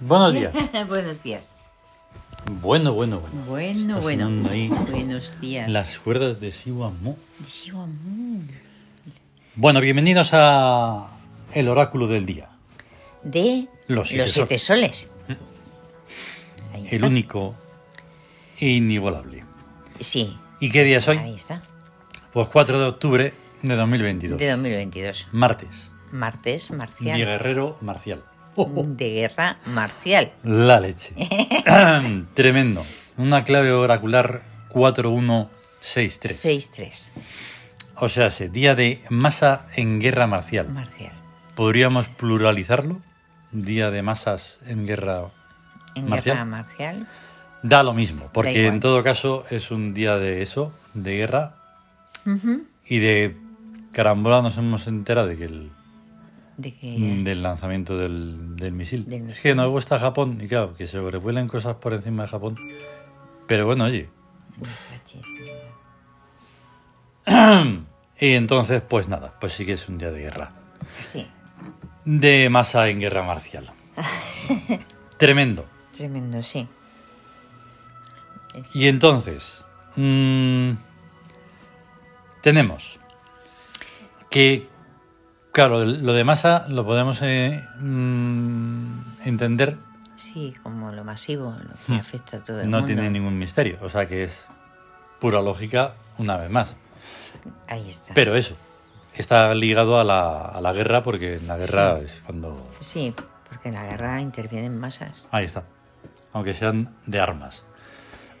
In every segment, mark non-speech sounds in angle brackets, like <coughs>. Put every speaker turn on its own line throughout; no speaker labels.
Buenos días.
<laughs> Buenos días.
Bueno, bueno, bueno.
Bueno,
Está
bueno.
sonando ahí.
Buenos días.
Las cuerdas de Siwamu.
Digo, mm,
Bueno, bienvenidos a el oráculo del día.
De
Los siete
soles. Mm. Ahí
El
está.
único e inigualable.
Sí,
¿Y qué día es
ahí
hoy?
está.
Pues 4 de octubre de 2022.
De 2022.
Martes.
Martes
Día
marcial. Oh,
guerrero marcial.
De guerra marcial.
La leche. <coughs> Tremendo. Una clave oracular 4163.
6-3.
O sea, ese día de masa en guerra marcial.
Marcial.
¿Podríamos pluralizarlo? Día de masas en guerra.
En
Marcial.
guerra marcial.
Da lo mismo,
Da
porque en
igual.
todo caso es un día de eso, de guerra. Y de carambola nos hemos enterado de que el,
De que-
del lanzamiento del, del misil.
Del
Es
misil.
que nos gusta Japón, y claro, que sobrevuelen cosas por encima de Japón. Pero bueno, oye. Y entonces, pues nada, pues sí que es un día de guerra.
Sí,
De masa en guerra
<laughs>
marcial. Tremendo.
tremendo, sí.
Y entonces, mm, tenemos que, claro, el- lo de masa lo podemos eh, mm, entender,
Sí, como lo masivo, lo que afecta a todo el
Mm. no
mundo.
tiene ningún misterio, o sea que es pura lógica una vez más.
Ahí está.
Pero eso, está ligado a la, a la guerra porque en la guerra es cuando...
Sí, porque en la guerra intervienen masas.
Ahí está, aunque sean de armas.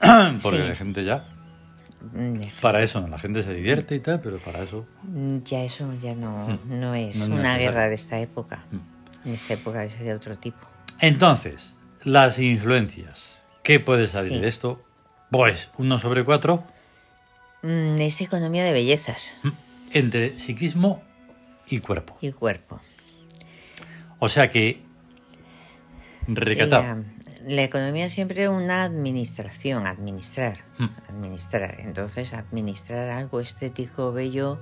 <clears throat> porque
Sí.
la gente ya,
Mm,
para eso, la gente se divierte y tal, pero para eso...
Mm, Ya eso ya no, no es
Mm. No Mm. es
una
necesario.
guerra de esta época. En esta época es de otro tipo.
Entonces, las influencias. ¿Qué puede salir
Sí.
de esto? Pues 1 sobre 4
Mm, Es economía de bellezas
mm, entre psiquismo y cuerpo.
y cuerpo.
O sea que... Recatado.
La, la economía es siempre una administración, administrar,
Mm.
administrar. Entonces, administrar algo estético, bello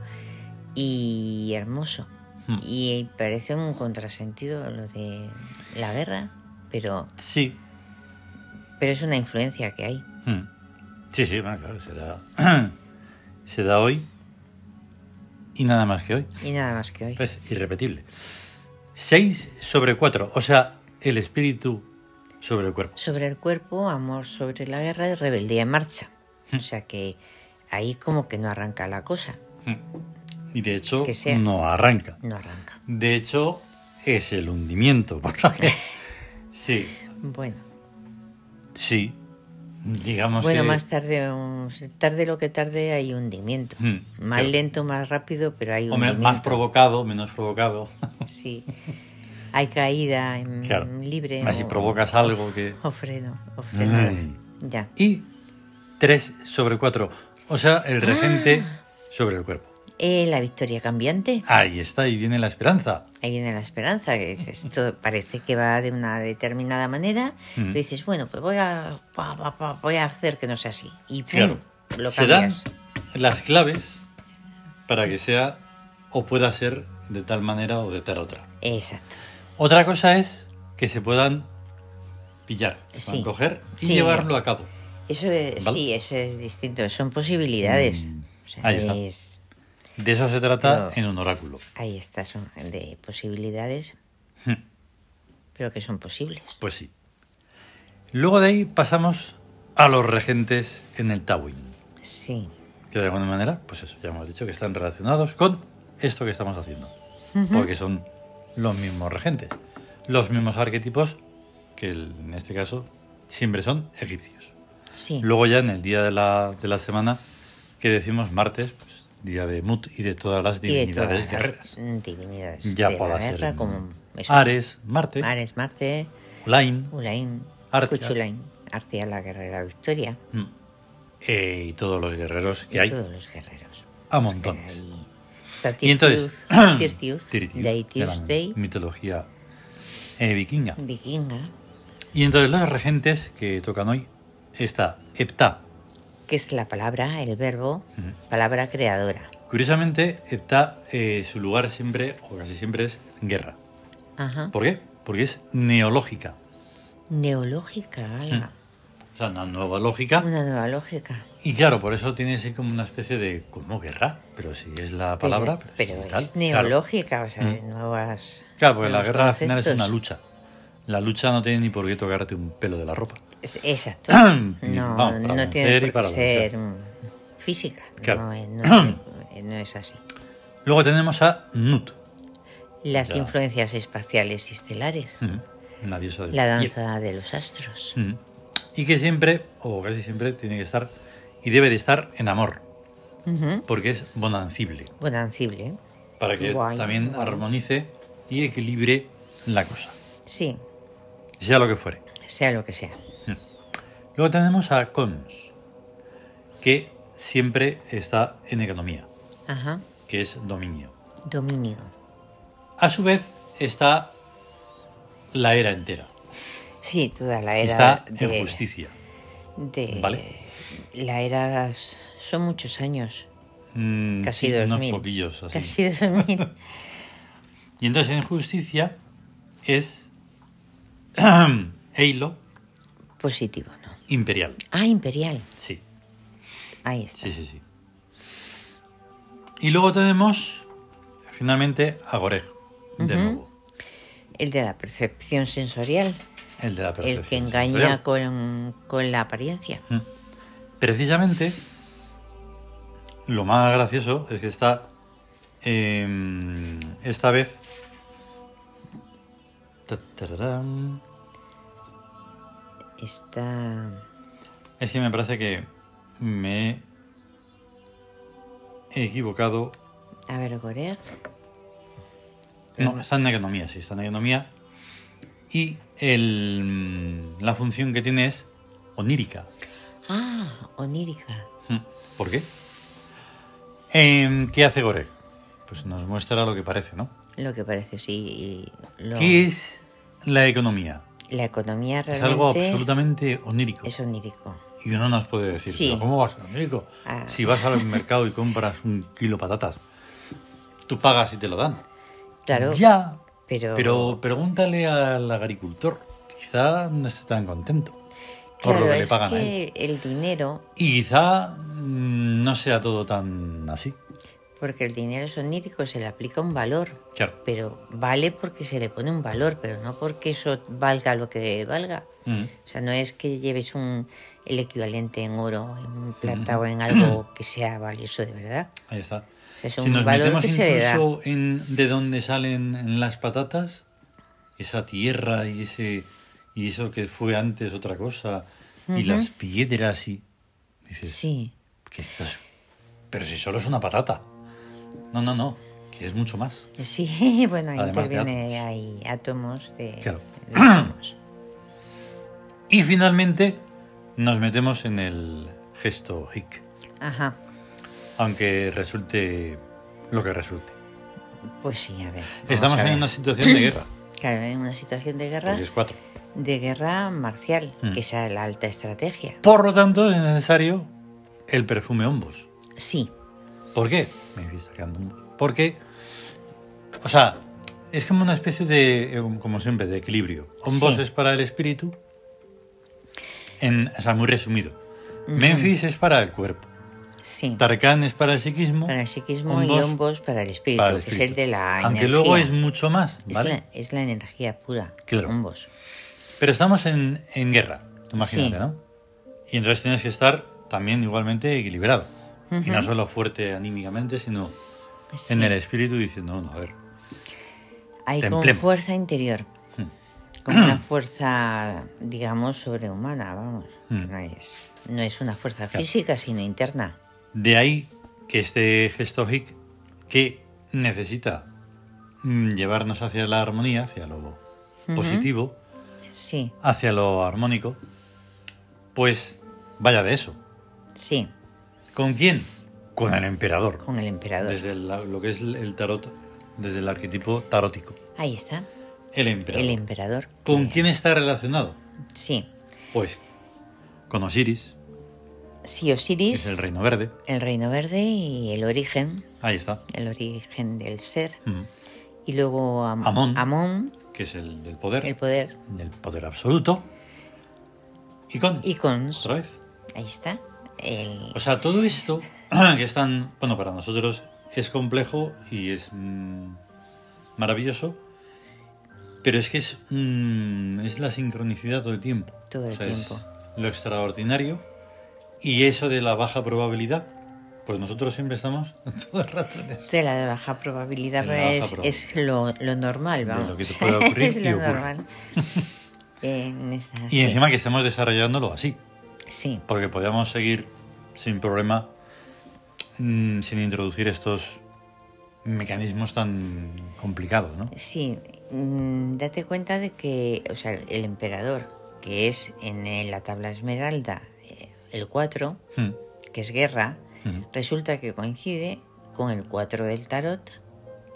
y hermoso.
Mm.
Y parece un contrasentido lo de la guerra, pero,
Sí.
pero es una influencia que hay.
Mm. Sí, sí, bueno, claro, se da... <clears throat> se da hoy y nada más que hoy.
Y nada más que hoy.
Es irrepetible. 6 sobre 4. O sea, el espíritu sobre el cuerpo.
sobre el cuerpo, amor sobre la guerra y rebeldía en marcha.
Hmm.
O sea que ahí como que no arranca la cosa,
Y de hecho,
Que sea.
no arranca.
no arranca.
De hecho, es el hundimiento. porque- sí,
Bueno,
sí. Digamos
bueno,
que.
más tarde, un- tarde lo que tarde hay hundimiento.
Hmm,
Más
claro.
lento, más rápido, pero hay
o me-
hundimiento.
más provocado, menos provocado.
Sí. Hay caída en
Claro.
Mm, libre.
Más si
o-
provocas algo que.
O freno, o frenada.
Ay.
Ya.
Y 3 sobre 4. O sea,
Ah.
el regente sobre el cuerpo.
Eh, la victoria cambiante.
Ahí está, ahí viene la esperanza.
Ahí viene la esperanza, que dices, esto parece que va de una determinada manera,
Mm.
pero dices, bueno, pues voy a, pa, pa, pa, voy a hacer que no sea así. Y pum,
Claro.
lo
Se dan
cambias.
las claves para que sea o pueda ser de tal manera o de tal otra.
Exacto.
Otra cosa es que se puedan pillar, se
Sí.
puedan coger y
Sí.
llevarlo a cabo.
Eso es,
Vale.
sí, eso es distinto, son posibilidades.
Mm.
O sea,
Ahí está.
es-
De eso se trata
Pero-
en un oráculo.
ahí está, son de posibilidades,
Hmm.
pero que son posibles.
Pues sí. Luego de ahí pasamos a los regentes en el Tawin,
Sí,
que de alguna manera, pues eso, ya hemos dicho que están relacionados con esto que estamos haciendo, porque son los mismos regentes, los mismos arquetipos que el- en este caso siempre son egipcios.
sí.
Luego ya en el día de la, de la semana que decimos martes, pues, día de Mut y de todas las
Y de todas
divinidades
las
guerreras.
mm, divinidades.
Ya
de la
puede ser
guerra, como eso.
Ares, Marte,
Ares, Marte,
Lain
Ulain,
Artia.
Cuchulain, Artia, la guerra de la victoria.
mm, eh, y todos los guerreros
y
que hay
todos los guerreros.
a montones.
Ahí Está
Y entonces,
Tirtius, Tirtius,
<clears throat> Tirtius,
Day
de la
Tuesday, Mm.
mitología eh, vikinga.
Vikinga,
Y entonces los regentes que tocan hoy está Heptá.
que es la palabra, el verbo,
Ujú.
palabra creadora.
Curiosamente, Heptá, eh, su lugar siempre, o casi siempre, es guerra.
Ajá.
¿Por qué? Porque es neológica.
Neológica, ala.
O sea, una nueva lógica.
Una nueva lógica.
Y claro, por eso tiene así como una especie de como guerra, pero si es la palabra.
Pero,
Pero,
pero
sí, tal.
es
Claro.
neológica, o sea, nuevas.
Claro, porque la
nuevos
guerra al final es
conceptos.
una lucha. La lucha no tiene ni por qué tocarte un pelo de la ropa.
Es-
<clears throat>
Exacto.
Ni-
no,
vamos, para
no
vencer y
tiene por
para
qué ser mm, física.
Claro.
No, eh, no,
<clears throat>
eh, no es así.
Luego tenemos a Nut,
Las
Ya.
influencias espaciales y estelares.
mm, una diosa del
La danza de los astros.
Mm. Y que siempre, o casi siempre, tiene que estar y debe de estar en amor, Mm.
Ujú.
porque es bonancible,
Bonancible. ¿eh?
para que
Guay,
también
guay.
armonice y equilibre la cosa,
Sí,
sea lo que fuere.
sea lo que sea.
Luego tenemos a Cons, que siempre está en economía,
Ajá.
que es dominio.
Dominio.
A su vez está la era entera,
Sí, toda la
que
era
está en
de,
justicia.
de-
Vale.
La era son muchos años.
Mm,
Casi
sí,
dos
unos
mil.
poquillos así.
Casi dos mil. <laughs>
Y entonces en justicia es <clears throat> Eilo
Positivo, ¿no?
imperial.
Ah, imperial.
Sí,
Ahí está.
sí, sí, sí. Y luego tenemos finalmente a Goreg, de nuevo.
El de la percepción sensorial.
El de la
el que
percepción
engaña
sensorial.
con, con la apariencia.
Precisamente, lo más gracioso es que está em, esta vez. Ta- tararán.
Está.
Es que me parece que me he equivocado.
A ver, Goreg.
No, está en economía, sí, está en economía. Y el, la función que tiene es onírica. ¿Mm?
Ah, onírica.
¿Por qué? Em, ¿Qué hace Gorek? Pues nos muestra lo que parece, ¿no?
Lo que parece, sí. y lo-
¿Qué es la economía?
La economía
Es
realmente
algo absolutamente onírico.
es onírico.
Y uno nos puede decir,
Sí.
"¿Pero ¿cómo vas a México?
Ah.
Si vas al mercado y compras un kilo de patatas, tú pagas y te lo dan.
Claro,
Ya,
pero,
pero pregúntale al agricultor. Quizá no esté tan contento por
claro,
lo que le
es
pagan ¿eh? a él.
que el dinero,
Y quizá mm, no sea todo tan así.
porque el dinero es onírico, se le aplica un valor,
Claro.
pero vale porque se le pone un valor, pero no porque eso valga lo que valga.
Mm.
O sea, no es que lleves un, el equivalente en oro, en plata o en
<clears throat>
algo que sea valioso de verdad.
Ahí está.
O sea, es
Si
un
nos
valor
metemos
que se le da.
incluso en de dónde salen las patatas, esa tierra y ese y eso que fue antes otra cosa y las piedras y dices,
Sí,
"¿Qué estás? pero si solo es una patata. No, no, no, que es mucho más.
<laughs> sí, bueno, ahí
Además de
interviene ahí átomos de,
Claro. <clears throat>
de átomos.
Y finalmente nos metemos en el gesto hic,
Ajá,
aunque resulte lo que resulte.
pues sí, a ver. vamos
Estamos
a
en
ver.
una situación de
<laughs>
guerra,
Claro, en una situación de guerra,
porque es cuatro.
de guerra marcial,
Mm.
que esa es la alta estrategia.
Por lo tanto, es necesario el perfume hombos.
Sí,
¿Por qué? Me está quedando un- Porque, o sea, es como una especie de, eh, como siempre, de equilibrio. Hombos
Sí.
es para el espíritu, en, o sea, muy resumido. Memphis es para el cuerpo.
sí.
Tarkan es para el psiquismo.
Para el psiquismo y
Hombos
hombos para el espíritu,
para el
que es el
espíritu.
de la
Aunque
energía.
luego es mucho más,
Es
¿vale?
la, es la energía pura,
Claro.
hombos.
Pero estamos en, en guerra, imagínate,
Sí.
¿no? Y entonces tienes que estar también igualmente equilibrado. Y no solo fuerte anímicamente, sino
Sí.
en el espíritu diciendo, no, no, a ver,
Hay con
templemos. Hmm.
fuerza interior, con
<clears throat>
una fuerza, digamos, sobrehumana, vamos.
Mm.
No, es, no es una fuerza física, sino interna.
De ahí que este gesto hic que necesita mm, llevarnos hacia la armonía, hacia lo positivo,
Sí,
hacia lo armónico, pues vaya de eso.
sí,
¿Con quién? Con el emperador.
con el emperador.
Desde la- lo que es el tarot, desde el arquetipo tarótico.
Ahí está,
El emperador.
el emperador.
¿Con
que-
quién está relacionado?
Sí,
Pues con Osiris,
sí,
que
Osiris,
es
el...
el reino verde.
reino verde y el origen,
Ahí está.
el origen del ser.
Mm.
Y luego Am-
Amón.
Amón,
Que es el del poder,
el poder.
del poder absoluto. y con.
y con.
Otra vez.
Ahí está. El,
O sea, todo esto <clears throat> que es tan, bueno, para nosotros es complejo y es mm, maravilloso, pero es que es, mm, es la sincronicidad todo el tiempo.
Todo el
es
tiempo.
lo extraordinario y eso de la baja probabilidad, pues nosotros siempre estamos <laughs> todo el rato en eso.
de la baja probabilidad pues,
De la baja
es,
probabilidad.
es lo, lo normal,
De
vamos.
lo que
<laughs>
te pueda ocurrir
es
y
lo
ocurre. <laughs>
normal. En esas-
Y encima que estemos desarrollándolo así,
Sí,
porque podíamos seguir sin problema, mm, sin introducir estos mecanismos tan complicados, ¿no?
sí. Mm, Date cuenta de que, o sea, el emperador, que es en eh, la tabla esmeralda eh, el 4,
Mm,
que es guerra,
mm.
resulta que coincide con el 4 del tarot,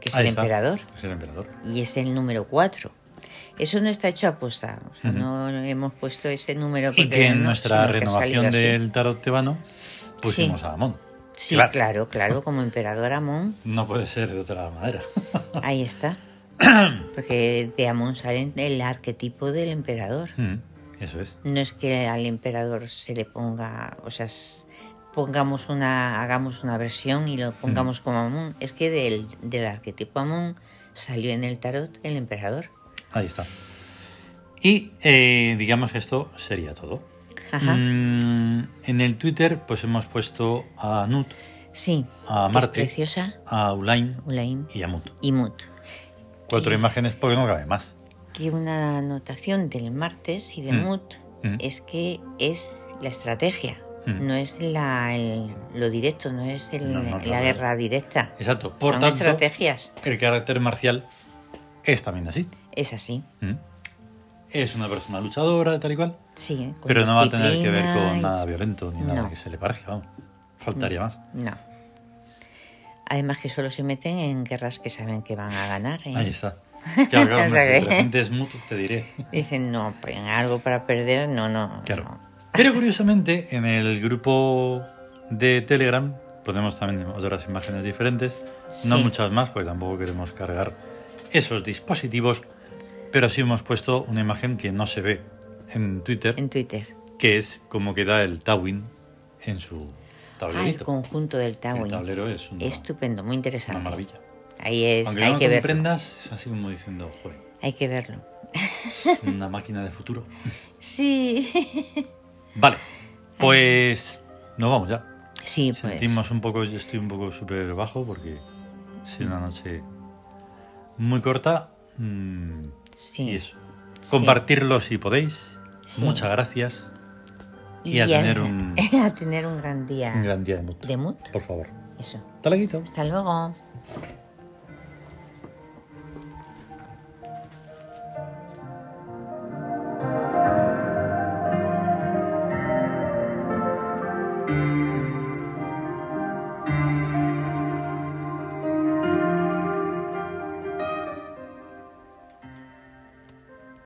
que es
Ahí
el
está.
emperador.
Es el emperador.
y es el número 4. Eso no está hecho a posta, o sea,
Ujú.
no hemos puesto ese número
Y que en
no,
nuestra
sino que ha salido
renovación
así.
del tarot tebano pusimos
Sí.
a Amón.
Sí,
Claro.
claro, claro, como emperador Amón,
No puede ser de otra
<laughs>
manera. <coughs>
ahí está. Porque de Amón sale el arquetipo del emperador.
Mm, Eso es.
No es que al emperador se le ponga, o sea, s- pongamos una, hagamos una versión y lo pongamos como Amón. Es que del, del arquetipo Amón salió en el tarot el emperador.
Ahí está. Y eh, digamos que esto sería todo.
Ajá.
Mm, en el Twitter pues hemos puesto a Nut,
Sí,
A
que es
Marte.
preciosa,
a Ulain
Ulaim.
y a Mut.
y Mut.
Cuatro imágenes porque no cabe más.
Que una anotación del martes y de
Mm.
Mut
Mm.
es que es la estrategia,
Mm.
no es la, el- lo directo, no es el-
No, no,
la
claro.
guerra directa.
Exacto. Por
Son
tanto,
estrategias,
el carácter marcial es también así.
es así.
Mm. Es una persona luchadora, tal y cual.
Sí, ¿eh? Con
Pero no va a tener que ver
disciplina
con
y-
nada violento ni nada
No.
que se le parezca, vamos. Faltaría más.
No. Además que solo se meten en guerras que saben que van a ganar. ¿eh?
Ahí
<laughs>
está. Ya, claro,
O sea
de
que-
repente es mutuo, te diré.
Dicen, no, pues algo para perder, no, no.
Claro.
no.
Pero curiosamente, en el grupo de Telegram ponemos también otras imágenes diferentes. No
Sí.
muchas más, porque tampoco queremos cargar esos dispositivos. Pero sí hemos puesto una imagen que no se ve en Twitter,
En Twitter.
que es como queda el Tawin en su
Ah, el
tablerito.
conjunto del Tawin.
el tablero es una,
Estupendo, muy interesante.
una maravilla.
Ahí es,
Aunque
hay
no
que
lo
verlo.
comprendas, es así como diciendo, joder,
Hay que verlo.
es una máquina de futuro.
Sí. <laughs>
Vale, pues nos vamos ya.
Sí, pues.
Sentimos un poco, yo estoy un poco súper bajo porque es una
Mm.
noche muy corta. mm,
Sí.
Y eso.
Sí.
Compartirlo si podéis.
Sí.
Muchas gracias. Y a tener un-
<laughs> a tener un gran día
Un gran día de mut.
de mood.
Por favor.
Eso.
Hasta luego.
Hasta luego.